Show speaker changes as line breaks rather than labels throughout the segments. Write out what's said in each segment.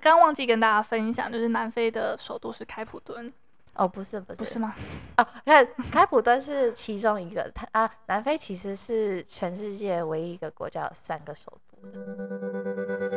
刚忘记跟大家分享，就是南非的首都是开普敦，
哦，不是不是
不是吗？
哦，看开普敦是其中一个，它啊，南非其实是全世界唯一一个国家有三个首都的。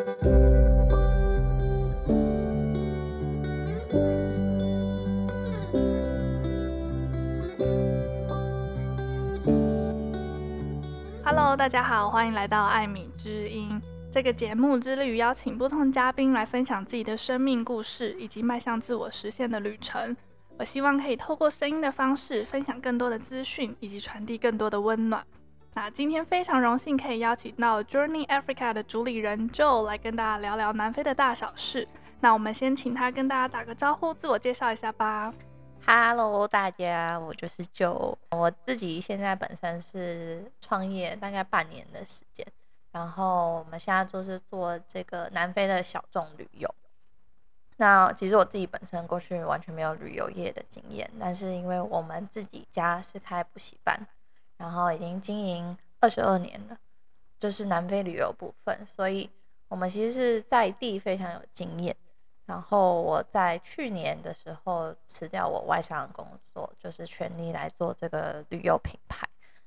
Hello，大家好，欢迎来到艾米之音。这个节目致力于邀请不同嘉宾来分享自己的生命故事，以及迈向自我实现的旅程。我希望可以透过声音的方式，分享更多的资讯，以及传递更多的温暖。那今天非常荣幸可以邀请到 Journey Africa 的主理人 Joe 来跟大家聊聊南非的大小事。那我们先请他跟大家打个招呼，自我介绍一下吧。
Hello，大家，我就是就我自己现在本身是创业大概半年的时间，然后我们现在就是做这个南非的小众旅游。那其实我自己本身过去完全没有旅游业的经验，但是因为我们自己家是开补习班，然后已经经营二十二年了，就是南非旅游部分，所以我们其实是在地非常有经验。然后我在去年的时候辞掉我外商的工作，就是全力来做这个旅游品牌。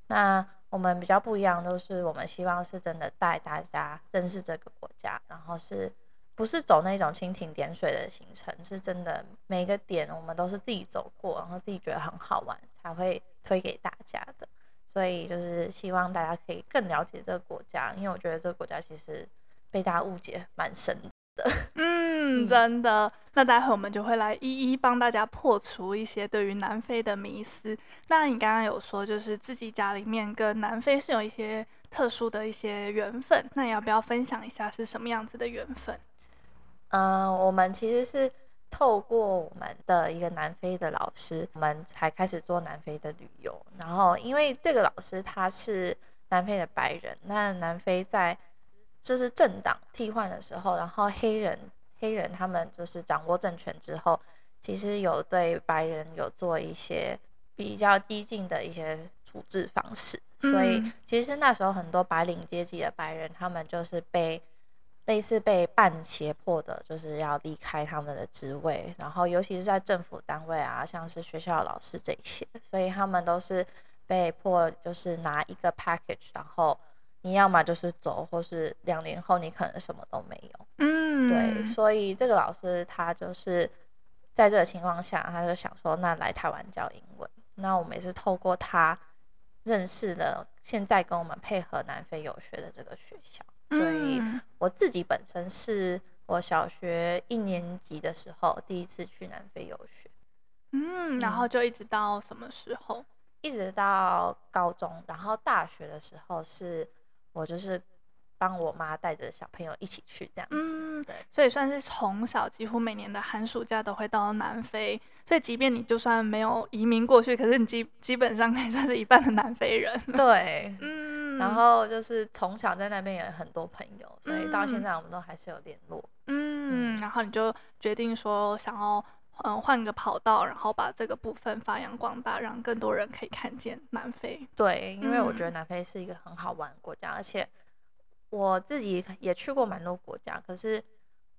那我们比较不一样，就是我们希望是真的带大家认识这个国家，然后是不是走那种蜻蜓点水的行程，是真的每个点我们都是自己走过，然后自己觉得很好玩才会推给大家的。所以就是希望大家可以更了解这个国家，因为我觉得这个国家其实被大家误解蛮深的。
嗯，
嗯
真的。那待会我们就会来一一帮大家破除一些对于南非的迷思。那你刚刚有说，就是自己家里面跟南非是有一些特殊的一些缘分，那你要不要分享一下是什么样子的缘分？
嗯，我们其实是透过我们的一个南非的老师，我们才开始做南非的旅游。然后，因为这个老师他是南非的白人，那南非在就是政党替换的时候，然后黑人黑人他们就是掌握政权之后，其实有对白人有做一些比较激进的一些处置方式，所以
嗯
其实那时候很多白领阶级的白人，他们就是被类似被半胁迫的，就是要离开他们的职位，然后尤其是在政府单位啊，像是学校老师这一些，所以他们都是被迫就是拿一个 package，然后你要么就是走，或是两年后你可能什么都没有。
嗯，
对，所以这个老师他就是在这个情况下，他就想说，那来台湾教英文。那我们也是透过他认识了现在跟我们配合南非游学的这个学校，所以
嗯
我自己本身是我小学一年级的时候第一次去南非游学，
嗯，然
嗯
后就一直到什么时候？
一直到高中，然后大学的时候是我就是帮我妈带着小朋友一起去这样子。
嗯，
对
所以算是从小几乎每年的寒暑假都会到南非，所以即便你就算没有移民过去，可是你基基本上可以算是一半的南非人。
对，
嗯，
然后就是从小在那边有很多朋友，所以到
嗯
现在我们都还是有联络。
嗯，然后你就决定说想要嗯换个跑道，然后把这个部分发扬光大，让更多人可以看见南非。
对，因为我觉得
嗯
南非是一个很好玩的国家，而且我自己也去过蛮多国家，可是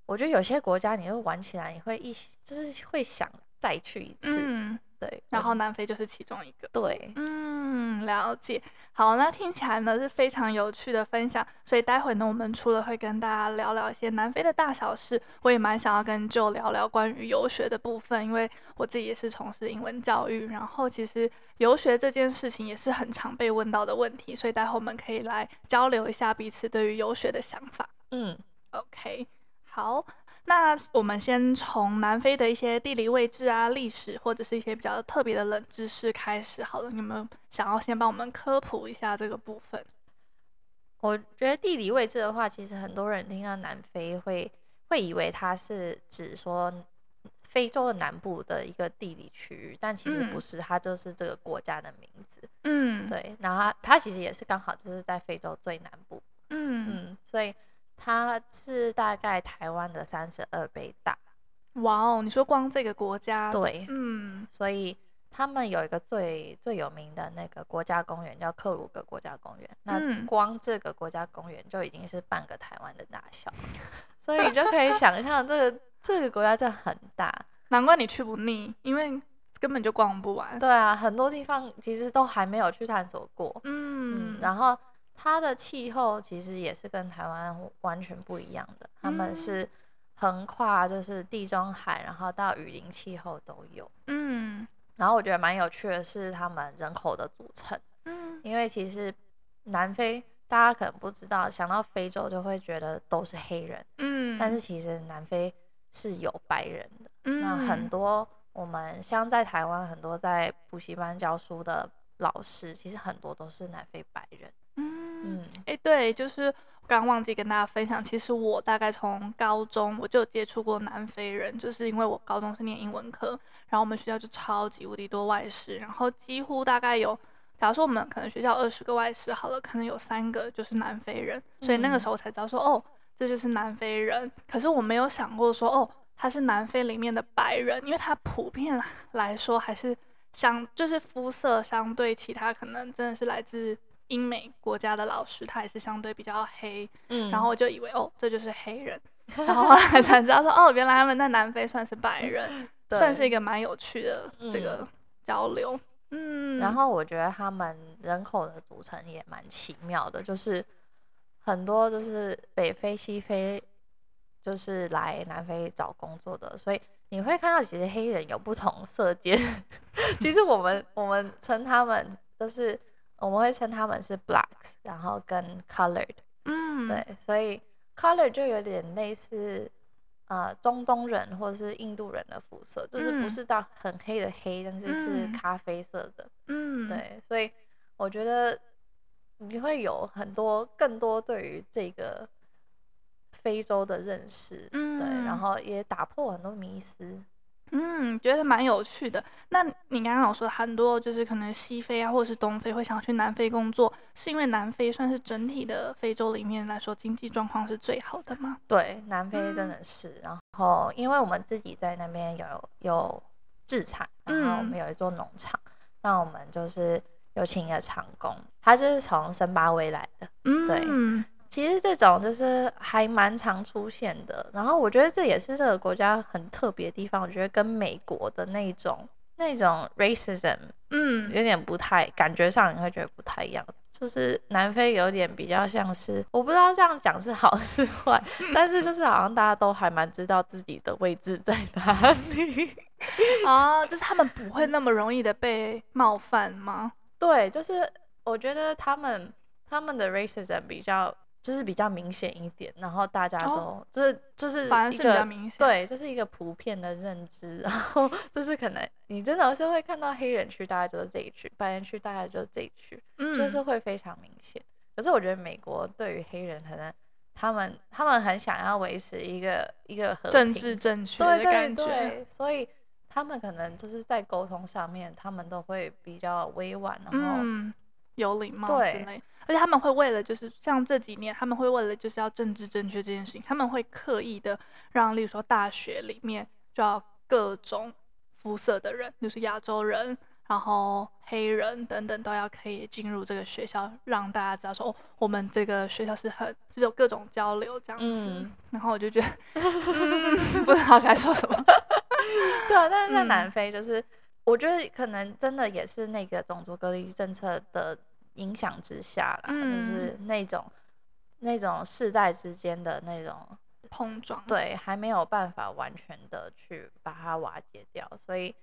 我觉得有些国家你会玩起来，你会一就是会想再去一次。
嗯，
对，
然后
嗯？
南非就是其中一个。
对，
嗯，了解。好，那听起来呢是非常有趣的分享，所以待会呢，我们除了会跟大家聊聊一些南非的大小事，我也蛮想要跟 Joe 聊聊关于游学的部分，因为我自己也是从事英文教育，然后其实游学这件事情也是很常被问到的问题，所以待会我们可以来交流一下彼此对于游学的想法。
嗯，
OK，好，那我们先从南非的一些地理位置啊、历史或者是一些比较特别的冷知识开始。好了，你们想要先帮我们科普一下这个部分？
我觉得地理位置的话，其实很多人听到南非会会以为它是指说非洲的南部的一个地理区域，但其实
嗯
不是，它就是这个国家的名字。
嗯，，
对，然后它它其实也是刚好就是在非洲最南部，
嗯，
嗯，所以它是大概台湾的三十二倍大，
哇哦，你说光这个国家，，
嗯对，
嗯
所以他们有一个最最有名的那个国家公园叫克鲁格国家公园，那
嗯
光这个国家公园就已经是半个台湾的大小， 所以你就可以想象这个 这个国家真的很大。
难怪你去不腻，因为根本就逛不完。
对啊，很多地方其实都还没有去探索过。嗯
嗯，，
然后它的气候其实也是跟台湾完全不一样的，他们
嗯
是横跨就是地中海，然后到雨林气候都有。
嗯
然后我觉得蛮有趣的是他们人口的组成，
嗯，
因为其实南非大家可能不知道，想到非洲就会觉得都是黑人，
嗯
但是其实南非是有白人的。那
嗯
很多我们像在台湾很多在补习班教书的老师，其实很多都是南非白人。
嗯，
嗯，
哎、对，就是刚忘记跟大家分享，其实我大概从高中我就有接触过南非人，就是因为我高中是念英文科，然后我们学校就超级无敌多外师，然后几乎大概有，假如说我们可能学校二十个外师好了，可能有三个就是南非人，所以那个
嗯
时候才知道说，哦，这就是南非人。可是我没有想过说，哦，他是南非里面的白人，因为他普遍来说还是相就是肤色相对其他可能真的是来自英美国家的老师，他也是相对比较黑，
嗯
然后我就以为哦这就是黑人， 然后后来才知道说哦原来他们在南非算是白 人，算是一
个。
个蛮有趣的这个交流。嗯，
嗯然后我觉得他们人口的组成也蛮奇妙的，就是很多就是北非、西非，就是来南非找工作的，所以你会看到其实黑人有不同色阶。 其实我们我们称他们就是我们会称他们是 blacks，然后跟 colored。
嗯
对，所以 color 就有点类似呃中东人或者是印度人的肤色，就是不
嗯
是到很黑的黑，但是是
嗯
咖啡色的。
嗯
对，所以我觉得你会有很多更多对于这个非洲的认识，
嗯
对，然后也打破很多迷思。
嗯，觉得蛮有趣的。那你刚刚有说很多就是可能西非啊，或者是东非会想要去南非工作，是因为南非算是整体的非洲里面来说经济状况是最好的吗？
对，南非
嗯
真的是。然后，因为我们自己在那边有有制产，然后我们
嗯
有一座农场，那我们就是有请一个长工，他就是从森巴威来的。
嗯，
其实这种就是还蛮常出现的。然后我觉得这也是这个国家很特别的地方，我觉得跟美国的那种那种 racism
嗯
有点不太，感觉上你会觉得不太一样。就是南非有点比较像是，我不知道这样讲是好 是坏，
嗯
但是就是好像大家都还蛮知道自己的位置在哪里。
哦，就是他们不会那么容易的被冒犯吗？
对，就是我觉得他们他们的 racism 比较就是比较明显一点，然后大家都、
哦
就是就是
反而
一
是比较
个
明显
对，就是一个普遍的认知，然后 就是可能你真的是会看到黑人区大概就是这一区，白人区大概就是这一区，
嗯，
就是会非常明显。可是我觉得美国对于黑人可能他们他们很想要维持一个一个和
政
平
治正确
对
的
对
感觉。
对，所以他们可能就是在沟通上面，他们都会比较委婉，然后、
嗯，有礼貌之
对
类。而且他们会为了就是像这几年，他们会为了就是要政治正确这件事情，他们会刻意的让，例如说大学里面就要各种肤色的人，就是亚洲人，然后黑人等等都要可以进入这个学校，让大家知道说哦，我们这个学校是很就是有各种交流这样子。
嗯
然后我 就觉得，嗯，不知道该说什么。
对啊，但是在
嗯
南非就是，我觉得可能真的也是那个种族隔离政策的影响之下啦，就是
嗯
那种那种世代之间的那种
碰撞，
对，还没有办法完全的去把它瓦解掉，所以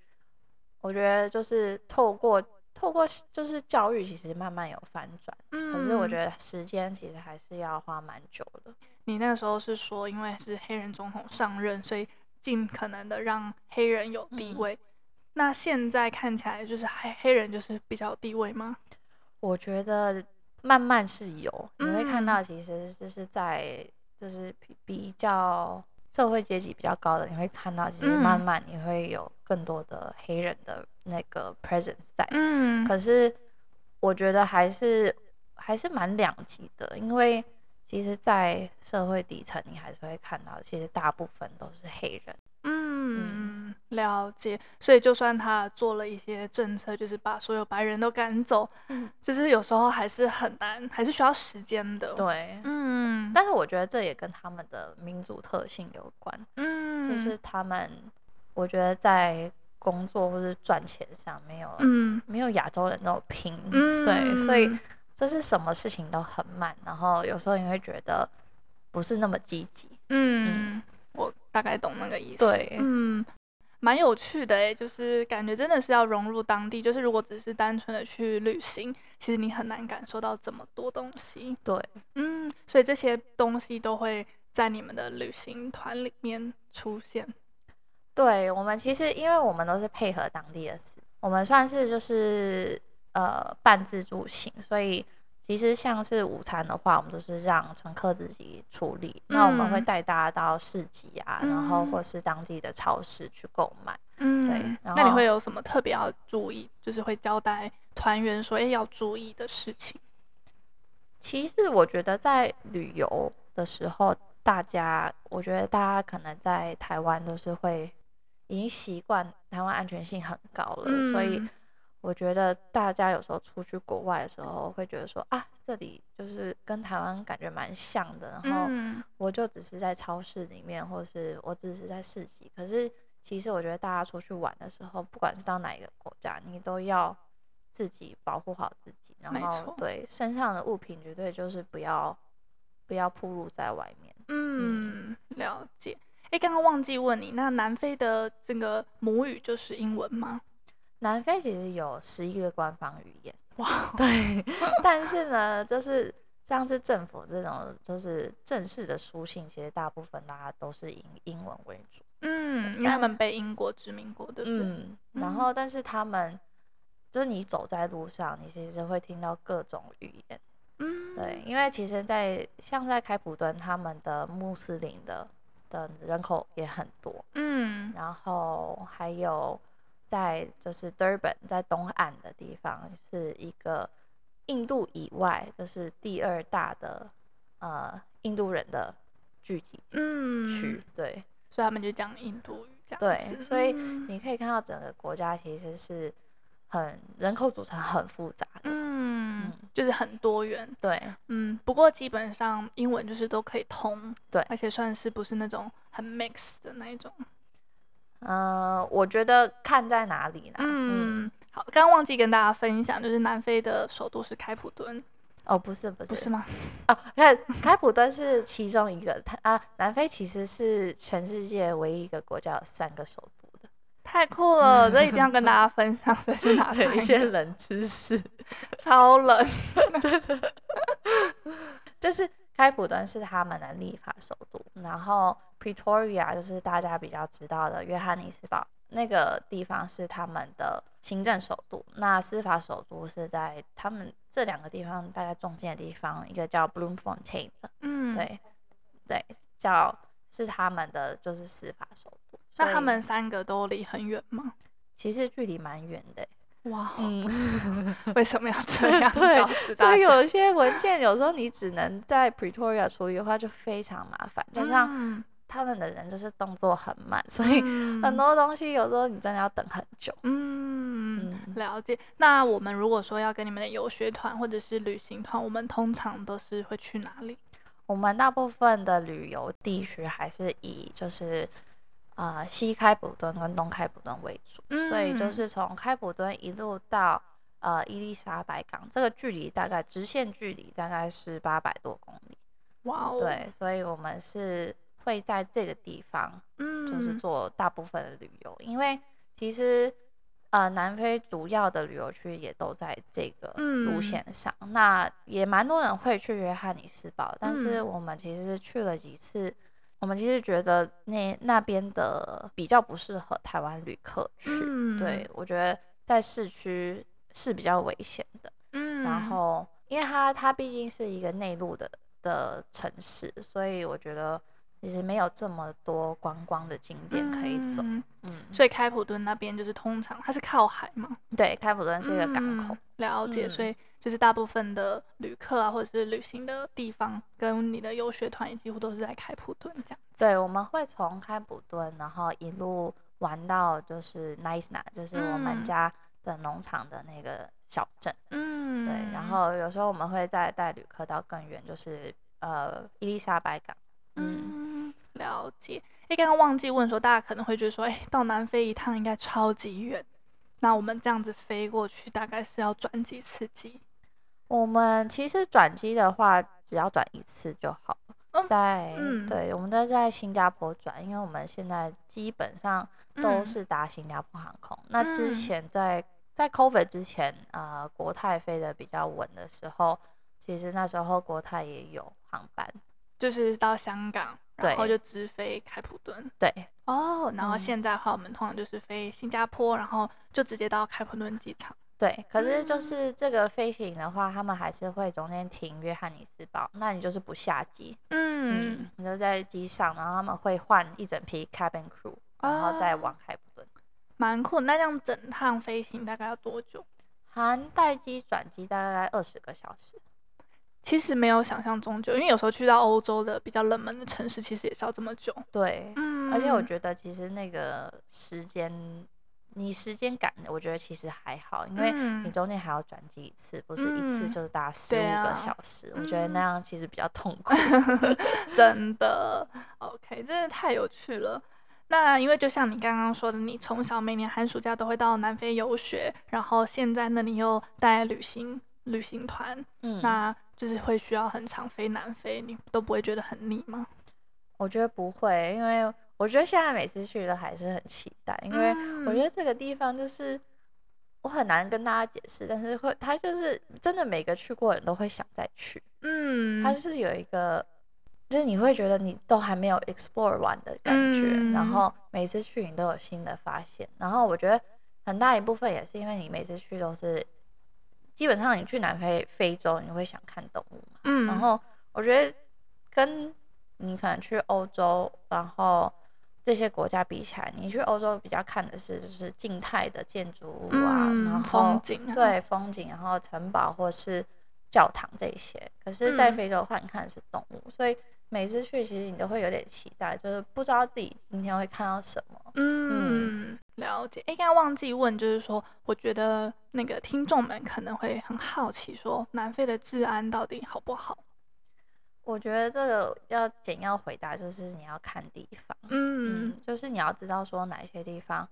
我觉得就是透过透过就是教育，其实慢慢有反转，
嗯，
可是我觉得时间其实还是要花蛮久的。
你那个时候是说，因为是黑人总统上任，所以尽可能的让黑人有地
嗯
位。那现在看起来就是黑黑人就是比较有地位吗？
我觉得慢慢是有，你会看
嗯
到其实就是在就是比比较社会阶级比较高的，你会看到其实
嗯
慢慢你会有更多的黑人的那个 presence 在，
嗯
可是我觉得还是还是蛮两极的，因为其实，在社会底层你还是会看到，其实大部分都是黑人，
嗯，了解，所以就算他做了一些政策，就是把所有白人都赶走，
嗯
就是有时候还是很难，还是需要时间的。，
对，
嗯，
但是我觉得这也跟他们的民族特性有关，
嗯，
就是他们，我觉得在工作或是赚钱上没有、
嗯
没有亚洲人那么拼，
嗯，
对，所以这是什么事情都很慢，然后有时候你会觉得不是那么积极，
嗯，我大概懂那个意思。
对
嗯，蛮有趣的诶，就是感觉真的是要融入当地，就是如果只是单纯的去旅行，其实你很难感受到这么多东西。
对，
嗯，所以这些东西都会在你们的旅行团里面出现。
对我们其实，因为我们都是配合当地的司，我们算是就是呃半自助行，所以其实像是午餐的话，我们都是让乘客自己处理。那我们会
嗯
带大家到市集啊，然后
嗯
或是当地的超市去购买。
嗯，
然
那你
后
会有什么特别要注意？就是会交代团员说，哎，要注意的事情。
其实我觉得在旅游的时候，大家我觉得大家可能在台湾都是会已经习惯台湾安全性很高了，所以
嗯
我觉得大家有时候出去国外的时候，会觉得说啊，这里就是跟台湾感觉蛮像的，然后
嗯
我就只是在超市里面，或是我只是在市集。可是其实我觉得大家出去玩的时候，不管是到哪一个国家，你都要自己保护好自己，然
没
后
错
对身上的物品绝对就是不要不要暴露在外面。
嗯，了解。哎，刚刚忘记问你，那南非的这个母语就是英文吗？
南非其实有十一个官方语言。
哇，哦
对， 但是呢，就是像是政府这种，就是正式的书信，其实大部分大家都是以英文为主。
嗯，因为他们被英国殖民过，对不对？
嗯，然后但是他们就是你走在路上，你其实会听到各种语言。
嗯，
对，，因为其实在，像在开普敦，他们的穆斯林的的人口也很多，
嗯
然后还有在就是 Durban 在东岸的地方是一个印度以外就是第二大的呃印度人的聚集
嗯，
区，对
所以他们就讲印度语这样
对，
子
所以
嗯
你可以看到整个国家其实是很人口组成很复杂的，
嗯
嗯
就是很多元，
对
嗯，不过基本上英文就是都可以通，
对啊
而且算是不是那种很 mix 的那一种。
呃，我觉得看在哪里啦，嗯，
嗯，好，刚刚忘记跟大家分享，就是南非的首都是开普敦，
哦，不是不
不
是
是吗？
哦，看开普敦是其中一个，它啊，南非其实是全世界唯一一个国家有三个首都的。
太酷了，这一定要跟大家分享，所以是 哪
有
啊三
一些
个？
冷知识，
超冷，
就是开普敦是他们的立法首都，然后 Pretoria 就是大家比较知道的约翰尼斯堡那个地方是他们的行政首都，那司法首都是在他们这两个地方大概中间的地方，一个叫 Bloemfontein 的，
嗯，。
对对，叫是他们的就是司法首都。
那
所
他
以
们三个都离很远吗？
其实距离蛮远 的欸。
哇，
嗯，
为什么要这样
对
告诉
所
大
以
家？
有些文件有时候你只能在 Pretoria 处理的话，就非常麻烦。加上
嗯
他们的人就是动作很慢，所以
嗯
很多东西有时候你真的要等很久。
嗯，
嗯，
了解。那我们如果说要跟你们的游学团或者是旅行团，我们通常都是会去哪里？
我们大部分的旅游地区还是以就是。呃，西开普敦跟东开普敦为主，所以就
嗯
是从开普敦一路到呃伊丽莎白港，这个距离大概直线距离大概是八百多公里。
哇哦，，
对，所以我们是会在这个地方，
嗯，
就是做大部分的旅游，因为其实呃，南非主要的旅游区也都在这个路
嗯
线上，那也蛮多人会去约翰尼斯堡，但是
嗯
我们其实去了几次。我们其实觉得那那边的比较不适合台湾旅客去，
嗯
对我觉得在市区是比较危险的。
嗯，
然后因为它它毕竟是一个内陆的的城市，所以我觉得其实没有这么多观光的景点可以走。
嗯
嗯，
所以开普敦那边就是通常它是靠海嘛，
对，开普敦是一个港口
嗯。了解，
嗯
所以就是大部分的旅客啊，或者是旅行的地方，跟你的游学团也几乎都是在开普敦这样。
对，我们会从开普敦，然后一路玩到就是 Nice Na，就是我
嗯
们家的农场的那个小镇。
嗯，
对，然后有时候我们会再带旅客到更远，就是呃伊丽莎白港。嗯，
嗯，了解。哎，刚刚忘记问说，大家可能会觉得说，哎，到南非一趟应该超级远，那我们这样子飞过去，大概是要转几次机？
我们其实转机的话，只要转一次就好了。
嗯
在、
嗯
对，我们都在新加坡转，因为我们现在基本上都
嗯
是搭新加坡航空。那
嗯
之前在在 COVID 之前，呃，国泰飞的比较稳的时候，其实那时候国泰也有航班。
就是到香港，然
对
后就直飞开普敦。
对，
哦，然后
嗯
现在的话，我们通常就是飞新加坡，然后就直接到开普敦机场。
对，可是就
嗯
是这个飞行的话，他们还是会中间停约翰尼斯堡，那你就是不下机，
嗯
嗯，，你就在机上，然后他们会换一整批 cabin crew，然后
哦
再往开普敦。
蛮酷。那这样整趟飞行大概要多久？
含待机转机大概二十个小时，
其实没有想象中久，因为有时候去到欧洲的比较冷门的城市，其实也是要这么久。
对，
嗯，
而且我觉得其实那个时间，你时间赶，我觉得其实还好，因为你
嗯
中间还要转机一次，不是一次
嗯
就是搭十
对
五
啊
个小时，我觉得那
嗯
样其实比较痛 苦。
真的，OK，真的太有趣了。那因为就像你刚刚说的，你从小每年寒暑假都会到南非游学，然后现在呢，你又带旅行旅行团，
嗯，
那就是会需要很常飞南非，你都不会觉得很腻吗？
我觉得不会，因为我觉得现在每次去都还是很期待，因为我觉
嗯
得这个地方就是我很难跟大家解释，但是会它就是真的每个去过的人都会想再去，
嗯，
它就是有一个。就是你会觉得你都还没有 explore 完的感觉，然
嗯
后每次去你都有新的发现，然后我觉得很大一部分也是因为你每次去都是，基本上你去南非非洲你会想看动物嘛，
嗯，
然后我觉得跟你可能去欧洲，然后这些国家比起来，你去欧洲比较看的是就是静态的建筑物啊，
嗯
然
风
后
景啊，
对风景，然后城堡或是教堂这一些。可是，在
嗯
非洲的话，你看的是动物，所以每次去其实你都会有点期待，就是不知道自己今天会看到什么。
嗯，了解。哎，刚刚忘记问，就是说，我觉得那个听众们可能会很好奇，说南非的治安到底好不好？
我觉得这个要简要回答，就是你要看地方。
嗯
嗯，就是你要知道说哪一些地方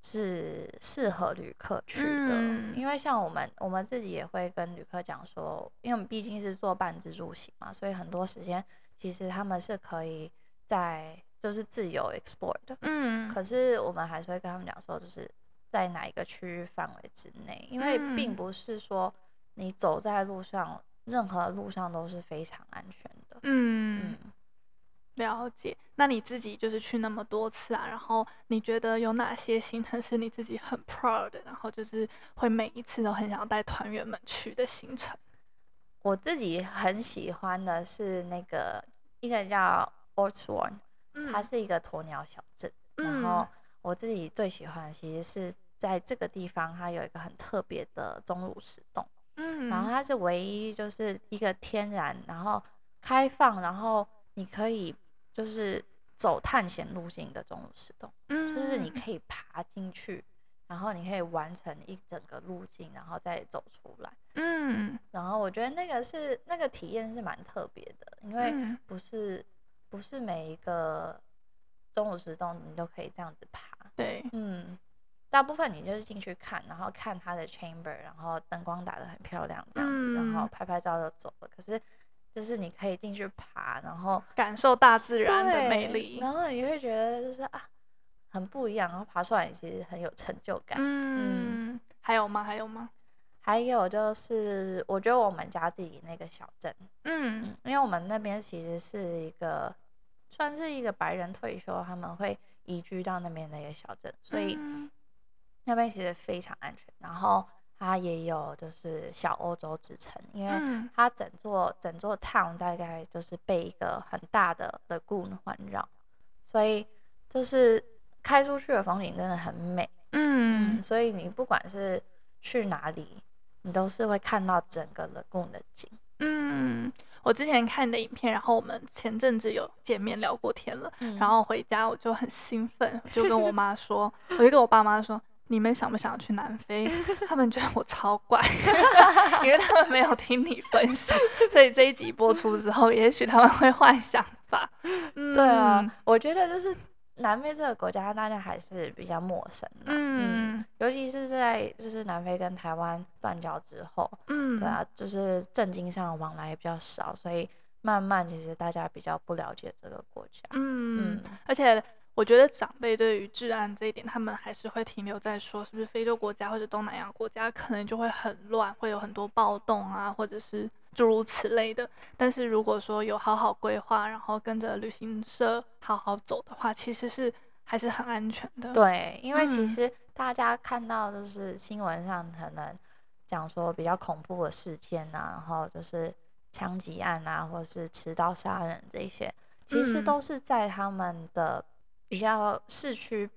是适合旅客去的，
嗯
因为像我们我们自己也会跟旅客讲说，因为我们毕竟是做半自助行嘛，所以很多时间其实他们是可以在就是自由 explore 的，
嗯，
可是我们还是会跟他们讲说，就是在哪一个区域范围之内，因为
嗯
并不是说你走在路上，任何路上都是非常安全的，
嗯
嗯，。
了解。那你自己就是去那么多次啊，然后你觉得有哪些行程是你自己很 proud 的，然后就是会每一次都很想带团员们去的行程？
我自己很喜欢的是那个一个叫 o r t s w o r n
嗯
它是一个鸵鸟小镇。然后我自己最喜欢的其实是在这个地方，它有一个很特别的钟乳石洞，
嗯，
然后它是唯一就是一个天然，然后开放，然后你可以就是走探险路径的钟乳石洞，就是你
嗯
可以爬进去，然后你可以完成一整个路径，然后再走出来。
嗯，
然后我觉得那个是那个体验是蛮特别的，因为
嗯
不是、不是每一个钟乳石洞你都可以这样子爬，
对，
嗯，大部分你就是进去看，然后看它的 chamber，然后灯光打得很漂亮这样子，然后
嗯
拍拍照就走了。可是就是你可以进去爬，然后
感受大自然的
对，
魅力。
然后你会觉得就是啊很不一样，然后爬出来其实很有成就感。
嗯，还有吗？还有吗？
还有就是，我觉得我们家自己那个小镇，
嗯
嗯，因为我们那边其实是一个算是一个白人退休，他们会移居到那边的一个小镇，所以
嗯
那边其实非常安全。然后它也有就是小欧洲之称，因为
嗯
它整座整座 town 大概就是被一个很大的的 lagoon 环绕，所以就是开出去的风景真的很美。嗯，
嗯
所以你不管是去哪里，你都是会看到整个 lagoon 的景。
嗯，我我之前看的影片，然后我们前阵子有见面聊过天了，
嗯
然后回家我就很兴奋，我就跟我 妈说，我就跟我爸妈说。你们想不想去南非？他们觉得我超 怪，因为他们没有听你分享，所以这一集播出之后，也许他们会换想法。嗯，
对啊，我觉得就是南非这个国家，大家还是比较陌生的，嗯，
嗯
尤其是在就是南非跟台湾断交之后，
嗯，
对啊，就是政经上的往来也比较少，所以慢慢其实大家比较不了解这个国家，
嗯
嗯，
而且我觉得长辈对于治安这一点，他们还是会停留在说，是不是非洲国家或者东南亚国家可能就会很乱，会有很多暴动啊，或者是诸如此类的。但是如果说有好好规划，然后跟着旅行社好好走的话，其实是还是很安全的。，
对，因为其
嗯
实大家看到就是新闻上可能讲说比较恐怖的事件啊，然后就是枪击案啊，或是持刀杀人这一些，其实
嗯
都是在他们的比较市区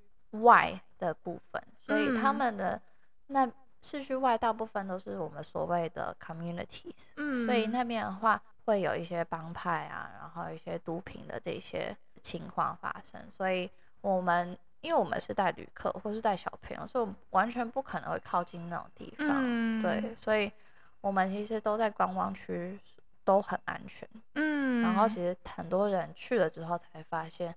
外的部分，所以他
嗯
们的那市区外大部分都是我们所谓的 communities，
嗯，
所以那边的话会有一些帮派啊，然后一些毒品的这些情况发生，所以我们因为我们是带旅客或是带小朋友，所以我们完全不可能会靠近那种地方，
嗯，
对，，所以我们其实都在观光区都很安全，
嗯，
然后其实很多人去了之后才发现。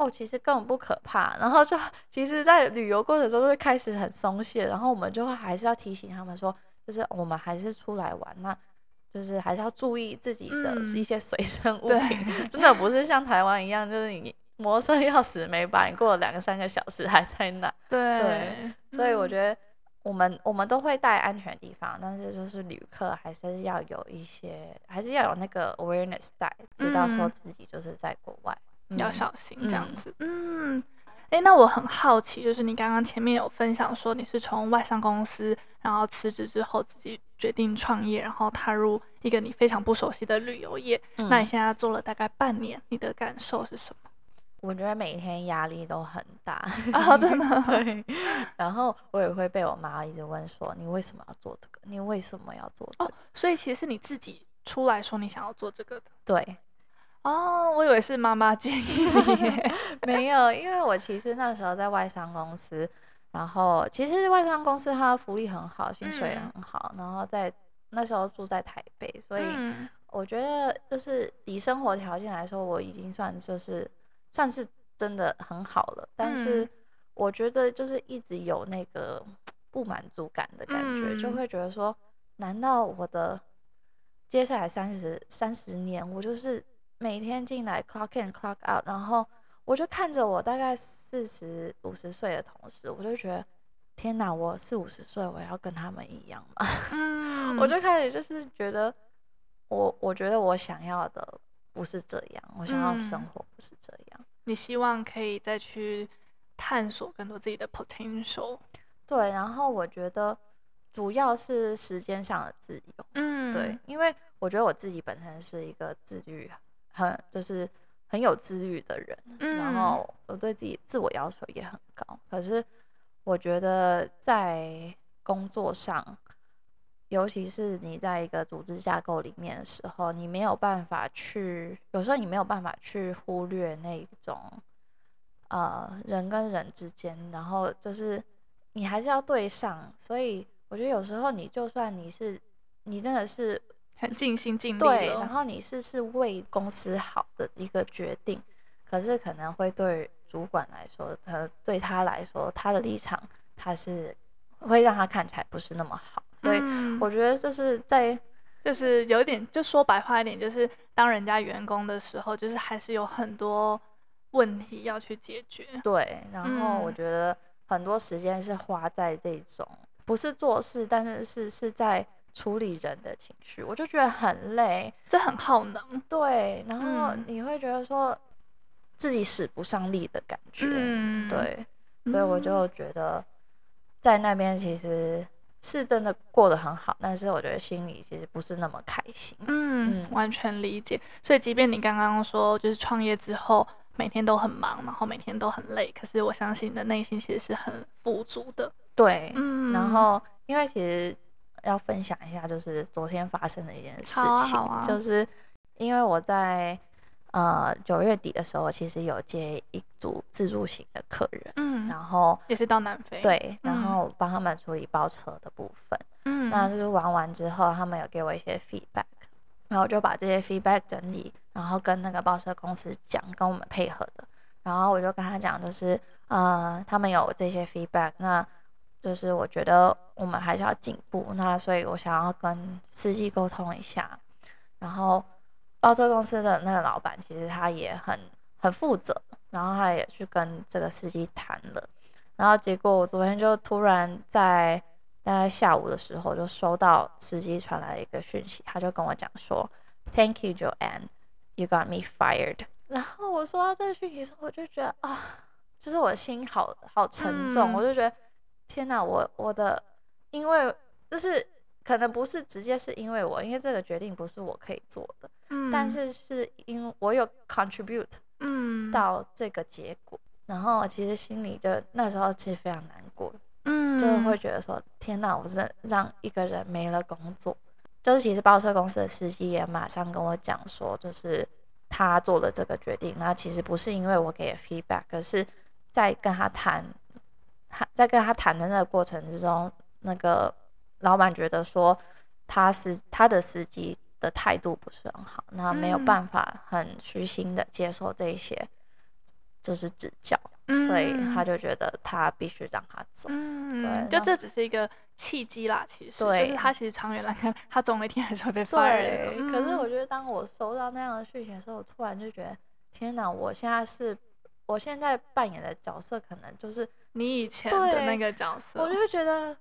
哦，其实根本不可怕，然后就其实，在旅游过程中就会开始很松懈，然后我们就会还是要提醒他们说，就是我们还是出来玩，那就是还是要注意自己的
嗯
一些随身物
对
品， 真的不是像台湾一样，就是你摩托车钥匙没拔，你过了两个三个小时还在那，
对，
所以我
嗯
觉得我们我们都会带安全的地方，但是就是旅客还是要有一些，还是要有那个 awareness 在，知道说
嗯
自己就是在国外、
要
嗯
小心这样
嗯
子。嗯，诶，那我很好奇，就是你刚刚前面有分享说你是从外商公司，然后辞职之后自己决定创业，然后踏入一个你非常不熟悉的旅游业。那你
嗯
现在做了大概半年，你的感受是什么？
我觉得每天压力都很 大
啊真的
对，然后我也会被我妈一直问说，你为什么要做这个？你为什么要做这
哦
个？
所以其实是你自己出来说你想要做这个的。
对，
哦，我以为是妈妈建议你 耶。
没有，因为我其实那时候在外商公司，然后其实外商公司它的福利很好，薪水也
嗯
很好，然后在那时候住在台北，所以
嗯
我觉得就是以生活条件来说，我已经算就是算是真的很好了，但是
嗯
我觉得就是一直有那个不满足感的感觉，就
嗯
会觉得说，难道我的接下来三十三十年，我就是每天进来 clock in clock out，然后我就看着我大概四十五十岁的同事，我就觉得。天哪！我四五十岁，我要跟他们一样吗？
嗯
我就开始就是觉得，我我觉得我想要的不是这样，我想要生
嗯
活不是这样。
你希望可以再去探索更多自己的 potential。
对，然后我觉得主要是时间上的自由，
嗯
对，，因为我觉得我自己本身是一个自律很就是很有自律的人，
嗯
然后我对自己自我要求也很高，可是我觉得在工作上。尤其是你在一个组织架构里面的时候，你没有办法去，有时候你没有办法去忽略那种，呃，人跟人之间，然后就是你还是要对上，所以我觉得有时候你就算你是，你真的是
很尽心尽力
对，
了
然后你是是为公司好的一个决定，可是可能会对主管来说，他对他来说，他的立场他是会让他看起来不是那么好，所以
嗯
我觉得就是在
就是有点，就说白话一点，就是当人家员工的时候，就是还是有很多问题要去解决。
对，然后我
嗯
觉得很多时间是花在这种不是做事，但是是是在处理人的情绪，我就觉得很累，
这很耗能。
对，然后
嗯
你会觉得说自己使不上力的感觉，
嗯，
对，所以我
嗯
就觉得在那边其实是真的过得很好，但是我觉得心里其实不是那么开心。
嗯，
嗯
完全理解。所以，即便你刚刚说，就是创业之后每天都很忙，然后每天都很累，可是我相信你的内心其实是很富足的。
对，
嗯，
然后因为其实要分享一下，就是昨天发生的一件事
好啊
情，
好啊
就是因为我在呃九月底的时候，其实有接一组自助型的客人，
嗯，
然后
也是到南非，，
对，然
嗯
后我帮他们处理包车的部分。
嗯，
那就是玩完之后，他们有给我一些 feedback，然后我就把这些 feedback 整理，然后跟那个报社公司讲，跟我们配合的。然后我就跟他讲，就是呃，他们有这些 feedback，那就是我觉得我们还是要进步，那所以我想要跟司机沟通一下。然后报社公司的那个老板其实他也很很负责，然后他也去跟这个司机谈了。然后结果我昨天就突然在大概下午的时候就收到司机传来一个讯息，他就跟我讲说，Thank you Joanne, you got me fired。然后我收到这个讯息的时候，我就觉得啊，就是我的心好好沉重，
嗯
我就觉得天哪，我我的，因为就是可能不是直接是因为我，因为这个决定不是我可以做的，
嗯，
但是是因为我有 contribute
嗯，
到这个结果。然后其实心里就那时候其实非常难过，
嗯，
就是会觉得说，天哪，我真的让一个人没了工作。就是其实报社公司的司机也马上跟我讲说，就是他做了这个决定，那其实不是因为我给了 feedback，可是在跟他谈，他在跟他谈的那个过程之中，那个老板觉得说他是他的司机的态度不是很好，那没有
嗯
办法很虚心的接受这一些就是指教，所以他
嗯
就觉得他必须让他走。
嗯，
对
就
那
这只是一个契机啦，其实就
对
是他其实长远来看，他总有一天还是会被 fire 的
对，可是
嗯
我觉得当我收到那样的讯息的时候，我突然就觉得，天哪！我现在是，我现在扮演的角色可能就是，
你以前的那
对
个角色，
我就觉得，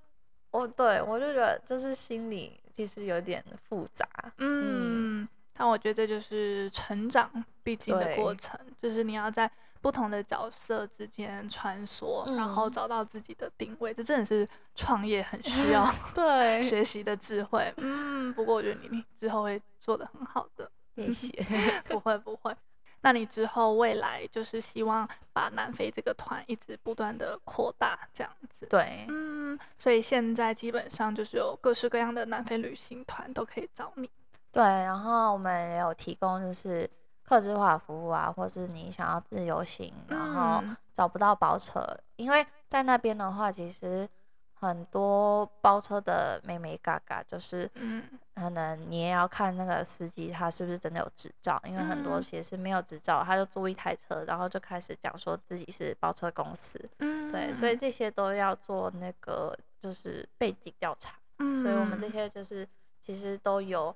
我对我就觉得，就是心里其实有点复杂。嗯
嗯，但我觉得这就是成长必经的
对
过程，就是你要在不同的角色之间穿梭，然后
嗯
找到自己的定位，这真的是创业很需 要
对，
学习的智慧。嗯，不过我觉得你之后会做的很好的，
谢谢。
不会不会。那你之后未来就是希望把南非这个团一直不断的扩大，这样子。
对，
嗯，所以现在基本上就是有各式各样的南非旅行团都可以找你。
对，然后我们也有提供就是客制化服务啊，或是你想要自由行，然后
嗯
找不到包车，因为在那边的话，其实很多包车的妹妹嘎嘎，就是
嗯
可能你也要看那个司机他是不是真的有执照，因为很多
嗯
其实是没有执照，他就租一台车，然后就开始讲说自己是包车公司，
嗯，
对，所以这些都要做那个就是背景调查。所以我们这
嗯
些就是其实都有，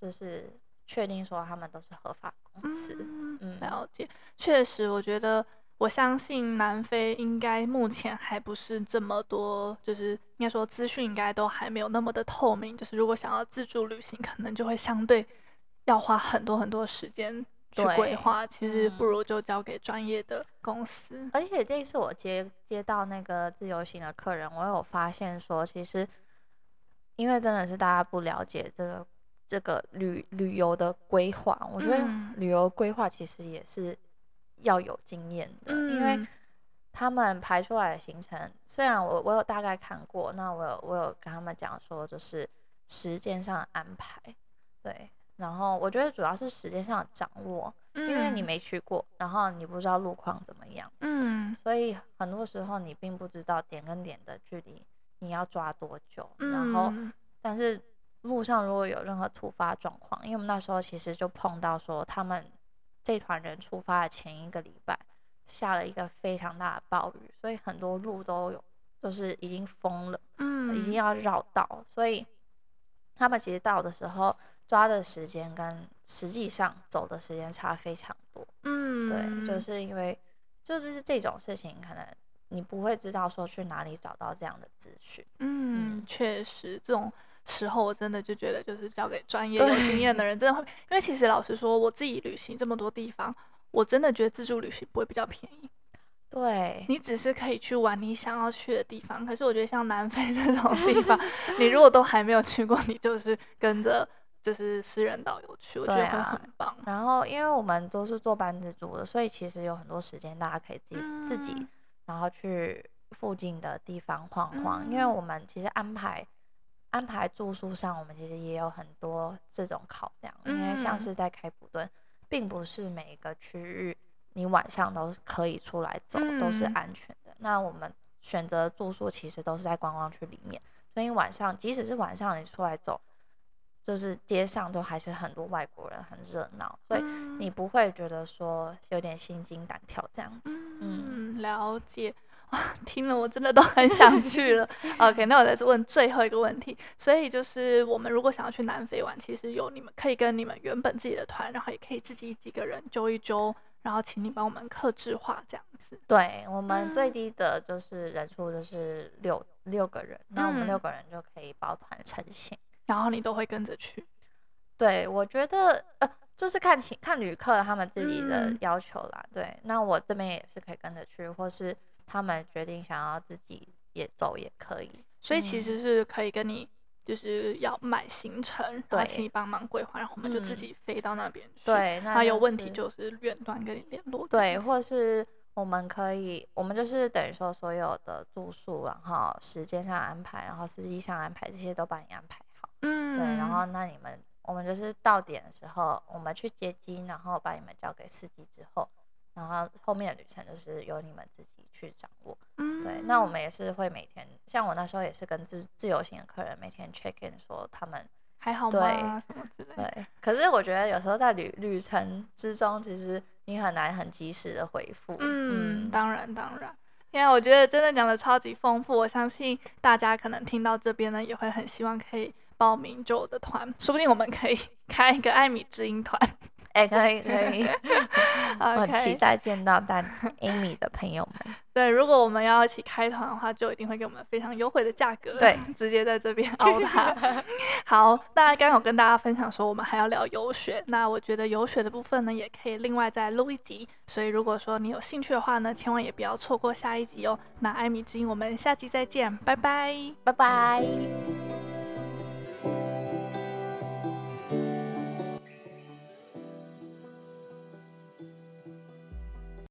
就是确定说他们都是合法公司。
嗯
嗯
了解，确实，我觉得我相信南非应该目前还不是这么多，就是应该说资讯应该都还没有那么的透明，就是如果想要自助旅行，可能就会相对要花很多很多时间。去规
对
划，其实不
嗯
如就交给专业的公司。
而且这一次我接接到那个自由行的客人，我有发现说，其实因为真的是大家不了解这个这个旅旅游的规划，我觉得
嗯
旅游规划其实也是要有经验的，因为
嗯
他们排出来的行程，虽然我我有大概看过，那我有我有跟他们讲说，就是时间上的安排，对，然后我觉得主要是时间上的掌握，因为你
嗯
没去过，然后你不知道路况怎么样，
嗯
所以很多时候你并不知道点跟点的距离，你要抓多久，然后
嗯
但是路上如果有任何突发状况，因为我们那时候其实就碰到说，他们这团人出发的前一个礼拜下了一个非常大的暴雨，所以很多路都有就是已经封了，
嗯
已经要绕道，所以他们其实到的时候抓的时间跟实际上走的时间差非常多。
嗯
对，就是因为就是这种事情，可能你不会知道说去哪里找到这样的资讯。
嗯，
嗯
确实，这种时候我真的就觉得，就是交给专业有
对
经验的人，真的会。因为其实老实说，我自己旅行这么多地方，我真的觉得自助旅行不会比较便宜。
对，
你只是可以去玩你想要去的地方，可是我觉得像南非 这种地方，你 如果都还没有去过，你就是跟着就是私人导游去，我觉
对
得会
啊
很棒。
然后，因为我们都是坐班子组的，所以其实有很多时间大家可以自己、自己
嗯，
然后去附近的地方晃晃。因为
嗯
我们其实安排安排住宿上，我们其实也有很多这种考量，因为
嗯
像是在开普敦，并不是每一个区域你晚上都可以出来走，都是
嗯
安全的。那我们选择住宿其实都是在观光区里面，所以晚上即使是晚上你出来走，就是街上都还是很多外国人，很热闹，所以
嗯
你不会觉得说有点心惊胆跳这样子。
嗯，了解。哇，听了我真的都很想去 了。OK，那我再问最后一个问题。所以就是我们如果想要去南非玩，其实有你们可以跟你们原本自己的团，然后也可以自己几个人揪一揪，然后请你帮我们克制化这样子。
对我们最
嗯
低的就是人数就是六六个人，那我们六
嗯
个人就可以抱团成行。
然后你都会跟着去。
对，我觉得呃，就是看情看旅客他们自己的
嗯
要求啦。对，那我这边也是可以跟着去，或是他们决定想要自己也走也可以。
所以其
嗯
实是可以跟你就是要买行程，然后请
对
你帮忙规划，然后我们就自
嗯
己飞到那边去。，
对，那
然后有
就
问题
是
就是远端跟你联络这
对，
样子。
或是我们可以，我们就是等于说所有的住宿，然后时间上安排，然后司机上安排，这些都帮你安排好。
嗯，
对，然后那你们我们就是到点的时候，我们去接机，然后把你们交给司机之后，然后后面的旅程就是由你们自己去掌握。
嗯，
对，那我们也是会每天，像我那时候也是跟自自由行的客人每天 check in 说他们
还好
对
吗？什么之类的。
对，可是我觉得有时候在旅旅程之中，其实你很难很及时的回复。
嗯，当然当然。因为我觉得真的讲的超级丰富，我相信大家可能听到这边呢，也会很希望可以报名就我的团，说不定我们可以 开一个艾米之音团。
哎、可以可 以，我很
OK
嗯 期待见到大 Amy 的朋友们。
对，如果我们要一起开团的话，就一定会给我们非常优惠的价格，
对，
直接在这边凹它。好，那刚刚有跟大家分享说，我们还要聊游学，那我觉得游学的部分呢，也可以另外再录一集，所以如果说你有兴趣的话呢，千万也不要错过下一集哦。那艾米之音，我们下集再见，拜拜。
拜拜。